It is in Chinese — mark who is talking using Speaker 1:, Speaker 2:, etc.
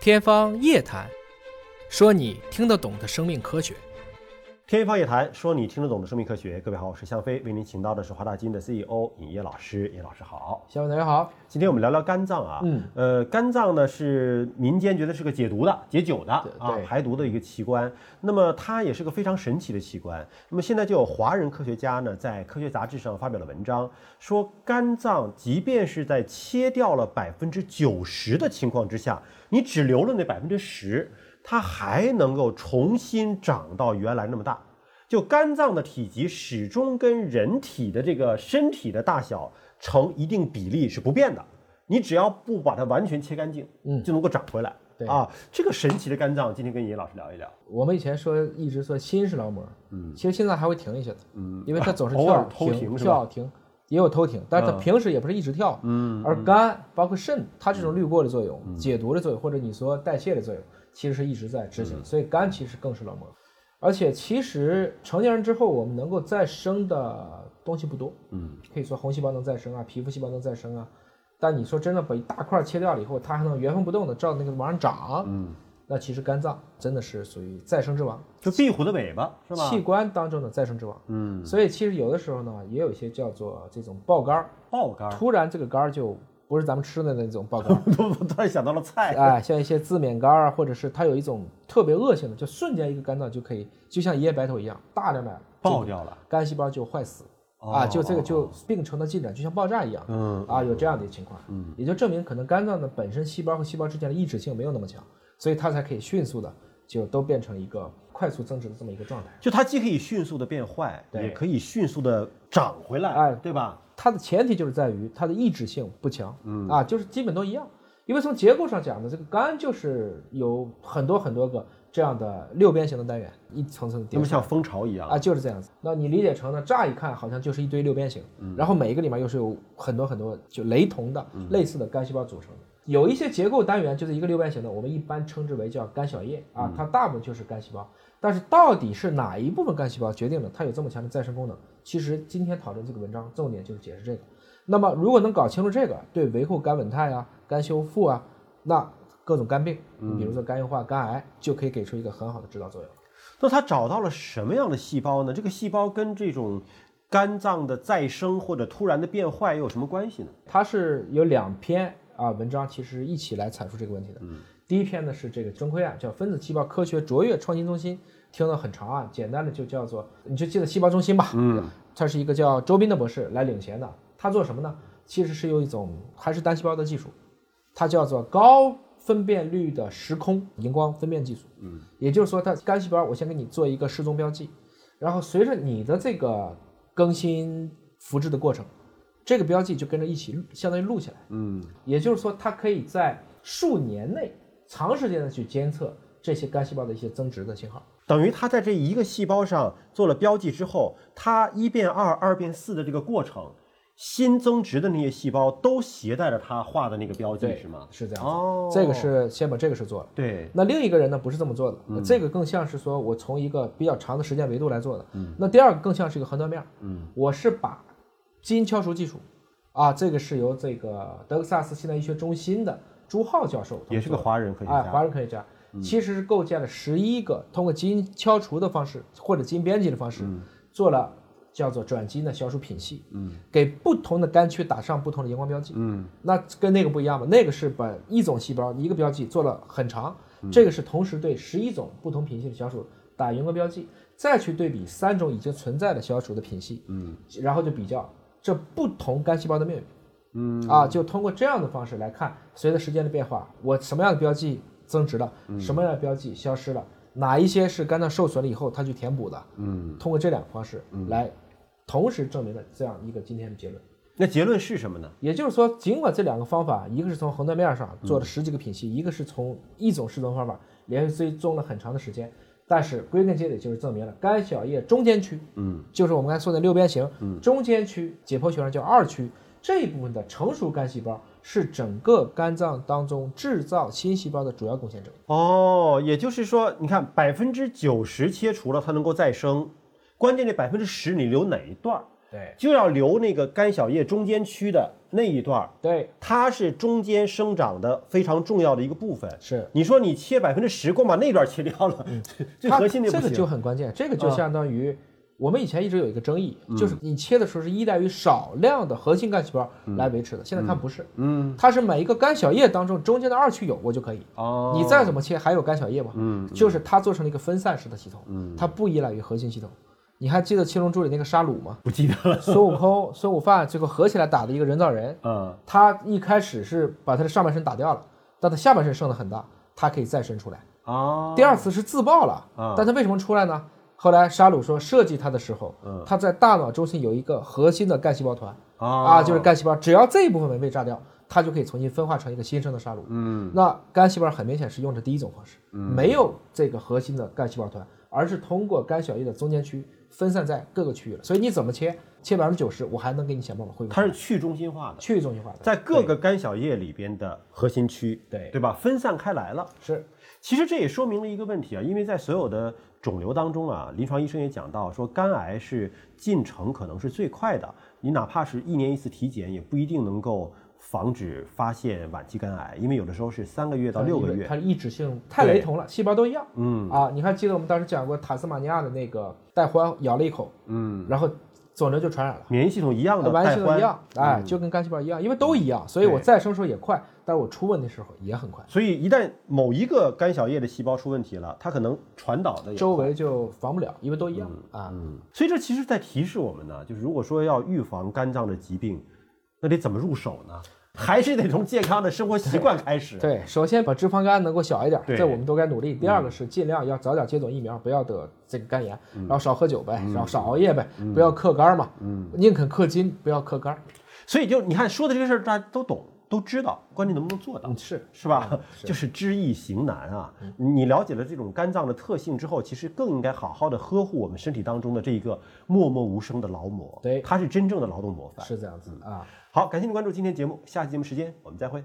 Speaker 1: 天方夜谭，说你听得懂的生命科学。
Speaker 2: 天方夜谭，说你听得懂的生命科学。各位好，我是向飞，为您请到的是华大基因的 CEO 尹烨老师。尹老师好，
Speaker 3: 小伟同学好，
Speaker 2: 今天我们聊聊肝脏啊，
Speaker 3: 嗯，
Speaker 2: 呃，肝脏呢是民间觉得是个解毒的、解酒的
Speaker 3: 对
Speaker 2: 啊
Speaker 3: 对，
Speaker 2: 排毒的一个器官。那么它也是个非常神奇的器官。那么现在就有华人科学家呢在科学杂志上发表了文章，说肝脏即便是在切掉了百分之九十的情况之下，你只留了那百分之十，它还能够重新长到原来那么大。就肝脏的体积始终跟人体的这个身体的大小成一定比例是不变的，你只要不把它完全切干净，嗯，就能够长回来。
Speaker 3: 对
Speaker 2: 啊，这个神奇的肝脏，今天跟尹老师聊一聊。
Speaker 3: 我们以前说一直说心是劳模，嗯，其实心脏还会停一下的，嗯，因为它总是
Speaker 2: 偶
Speaker 3: 跳
Speaker 2: 尔偷停是吧嗯
Speaker 3: 跳停，也有偷停，但是它平时也不是一直跳，嗯，而肝包括肾，它这种滤过的作用、
Speaker 2: 嗯
Speaker 3: 解毒的作用，或者你说代谢的作用，其实是一直在执
Speaker 2: 嗯
Speaker 3: 行，所以肝其实更是劳模，而且其实成年人之后，我们能够再生的东西不多，嗯，可以说红细胞能再生啊，皮肤细胞能再生啊。但你说真的把一大块儿切掉了以后，它还能原封不动的照那个往上长，嗯，那其实肝脏真的是属于再生之王，
Speaker 2: 就壁虎的尾巴是吧？
Speaker 3: 器官当中的再生之王。
Speaker 2: 嗯，
Speaker 3: 所以其实有的时候呢，也有一些叫做这种爆肝儿，
Speaker 2: 爆肝儿，
Speaker 3: 突然这个肝儿就不是咱们吃的那种爆肝儿，
Speaker 2: 我突然想到了菜。
Speaker 3: 哎，像一些自免肝儿啊，或者是它有一种特别恶性的，就瞬间一个肝脏就可以，就像一夜白头一样，大量的
Speaker 2: 爆掉了，
Speaker 3: 肝细胞就坏死。
Speaker 2: 哦
Speaker 3: 啊，就这个就病程的进展就像爆炸一样，
Speaker 2: 嗯
Speaker 3: 啊，有这样的情况，嗯，也就证明可能肝脏的本身细胞和细胞之间的抑制性没有那么强，所以它才可以迅速的就都变成一个快速增殖的这么一个状态。
Speaker 2: 就它既可以迅速的变坏，
Speaker 3: 对
Speaker 2: 也可以迅速的长回来，
Speaker 3: 哎
Speaker 2: 对吧？
Speaker 3: 它的前提就是在于它的抑制性不强，嗯啊，就是基本都一样。因为从结构上讲呢，这个肝就是有很多很多个这样的六边形的单元，一层层的
Speaker 2: 那
Speaker 3: 叠
Speaker 2: 么
Speaker 3: 上
Speaker 2: 像蜂巢一样，
Speaker 3: 啊，就是这样子。那你理解成呢，乍一看好像就是一堆六边形，
Speaker 2: 嗯
Speaker 3: 然后每一个里面又是有很多很多就雷同的、类似的肝细胞组成的。有一些结构单元就是一个六边形的，我们一般称之为叫肝小叶啊，
Speaker 2: 嗯
Speaker 3: 它大部分就是肝细胞。但是到底是哪一部分肝细胞决定了它有这么强的再生功能？其实今天讨论这个文章重点就是解释这个。那么如果能搞清楚这个，对维护肝稳态啊、肝修复啊，那各种肝病，
Speaker 2: 嗯
Speaker 3: 你比如说肝硬化、肝癌，就可以给出一个很好的指导作用。
Speaker 2: 那它找到了什么样的细胞呢？这个细胞跟这种肝脏的再生或者突然的变坏又有什么关系呢？
Speaker 3: 它是有两篇啊文章，其实一起来阐述这个问题的。第一篇呢是这个中科院叫分子细胞科学卓越创新中心，听了很长啊，简单的就叫做你就记得细胞中心吧。嗯，它是一个叫周斌的博士来领衔的，他做什么呢？其实是用一种还是单细胞的技术，它叫做高分辨率的时空荧光分辨技术。嗯，也就是说，它干细胞我先给你做一个失踪标记，然后随着你的这个更新复制的过程，这个标记就跟着一起录相当于录下来。嗯，也就是说，它可以在数年内长时间的去监测这些干细胞的一些增殖的信号。
Speaker 2: 等于它在这一个细胞上做了标记之后，它一变二、二变四的这个过程，新增殖的那些细胞都携带着它画的那个标记，是吗？
Speaker 3: 是这样子。
Speaker 2: 哦，
Speaker 3: 这个是先把这个事做了。
Speaker 2: 对，
Speaker 3: 那另一个人呢，不是这么做的，
Speaker 2: 嗯
Speaker 3: 这个更像是说我从一个比较长的时间维度来做的。
Speaker 2: 嗯
Speaker 3: 那第二个更像是一个横断面。嗯，我是把基因敲除技术啊，这个是由这个德克萨斯现代医学中心的朱浩教授，
Speaker 2: 也是个华人科学
Speaker 3: 哎，
Speaker 2: 家。
Speaker 3: 华人科学家，其实是构建了十一个通过基因敲除的方式或者基因编辑的方式，做了叫做转基因的消除品系，嗯，给不同的肝区打上不同的荧光标记，嗯，那跟那个不一样嘛，那个是把一种细胞一个标记做了很长，这个是同时对十一种不同品系的小鼠打荧光标记，再去对比三种已经存在的小鼠的品系，嗯，然后就比较这不同肝细胞的命运。嗯啊，就通过这样的方式来看，随着时间的变化，我什么样的标记增值了，什么样的标记消失了，哪一些是肝脏受损了以后它去填补的，嗯，通过这两个方式来同时证明了这样一个今天的结论。
Speaker 2: 那结论是什么呢？
Speaker 3: 也就是说，尽管这两个方法，一个是从横断面上做了十几个品系，一个是从一种失踪方法连续追踪了很长的时间，但是归根结底就是证明了肝小叶中间区，嗯，就是我们刚才说的六边形，嗯，中间区解剖学上叫二区这一部分的成熟干细胞是整个肝脏当中制造新细胞的主要贡献者。
Speaker 2: 哦，也就是说，你看百分之九十切除了，它能够再生，关键那百分之十你留哪一段儿？
Speaker 3: 对
Speaker 2: 就要留那个肝小叶中间区的那一段儿，
Speaker 3: 对
Speaker 2: 它是中间生长的非常重要的一个部分。
Speaker 3: 是。
Speaker 2: 你说你切百分之十，光把那段切掉 了，最
Speaker 3: 它
Speaker 2: 核心的
Speaker 3: 这
Speaker 2: 不
Speaker 3: 个
Speaker 2: 行啊
Speaker 3: 就。很关键，这个就相当于我们以前一直有一个争议，
Speaker 2: 嗯
Speaker 3: 就是你切的时候是依赖于少量的核心干细胞来维持的，现在看不是，
Speaker 2: 嗯，
Speaker 3: 它是每一个干小叶当中中间的二区有我就可以，
Speaker 2: 哦
Speaker 3: 你再怎么切还有干小叶嘛，
Speaker 2: 嗯，？
Speaker 3: 就是它做成了一个分散式的系统，它不依赖于核心系统。你还记得《七龙珠》里那个沙鲁吗
Speaker 2: 不记得了。
Speaker 3: 孙悟空、孙悟饭最后合起来打的一个人造人，
Speaker 2: 嗯，
Speaker 3: 他一开始是把他的上半身打掉了，但他下半身剩的很大，他可以再生出来。
Speaker 2: 啊，
Speaker 3: 第二次是自爆了，
Speaker 2: 啊
Speaker 3: 但他为什么出来呢？后来沙鲁说，设计他的时候，
Speaker 2: 嗯
Speaker 3: 他在大脑中心有一个核心的干细胞团
Speaker 2: 啊
Speaker 3: 就是干细胞，只要这一部分没被炸掉，它就可以重新分化成一个新生的沙鲁。
Speaker 2: 嗯，
Speaker 3: 那干细胞很明显是用的第一种方式，没有这个核心的干细胞团，而是通过干小叶的中间区分散在各个区域了。所以你怎么切，切百分之九十，我还能给你想办法恢复。
Speaker 2: 它是去中心化的，
Speaker 3: 去中心化的，
Speaker 2: 在各个干小叶里边的核心区，
Speaker 3: 对
Speaker 2: 对吧？分散开来了。
Speaker 3: 是
Speaker 2: 其实这也说明了一个问题啊，因为在所有的肿瘤当中啊，临床医生也讲到说，肝癌是进程可能是最快的，你哪怕是一年一次体检，也不一定能够防止发现晚期肝癌，因为有的时候是三个月到六个月。
Speaker 3: 呃它抑制性太雷同了，细胞都一样。嗯啊，你还记得我们当时讲过塔斯马尼亚的那个带獾咬了一口，嗯，然后肿瘤就传染了。呃
Speaker 2: 免疫系统一呃样的
Speaker 3: 完
Speaker 2: 带
Speaker 3: 系统一
Speaker 2: 欢，
Speaker 3: 样，哎，就跟干细胞一样，因为都一样，所以我
Speaker 2: 对
Speaker 3: 再生时候也快，但是我出问题时候也很快，
Speaker 2: 所以一旦某一个肝小叶的细胞出问题了，它可能传导的也嗯
Speaker 3: 周围就防不了，因为都一样啊。
Speaker 2: 所以这其实在提示我们呢，就是如果说要预防肝脏的疾病，那得怎么入手呢？还是得从健康的生活习惯开始。
Speaker 3: 对，首先把脂肪肝能够小一点，
Speaker 2: 对嗯
Speaker 3: 这我们都该努力。第二个是尽量要早点接种疫苗，不要得这个肝炎，然后少喝酒呗，
Speaker 2: 嗯
Speaker 3: 然后少熬夜呗，不要克肝嘛，宁肯克金，不要克肝。
Speaker 2: 所以就你看说的这个事儿，大家都懂，都知道，关键能不能做到
Speaker 3: 嗯，，是
Speaker 2: 是吧？ 就是知易行难啊。你了解了这种肝脏的特性之后，其实更应该好好的呵护我们身体当中的这一个默默无声的劳模，
Speaker 3: 对
Speaker 2: 它是真正的劳动模范。嗯
Speaker 3: 是这样子的啊。
Speaker 2: 好，感谢您关注今天节目，下期节目时间我们再会。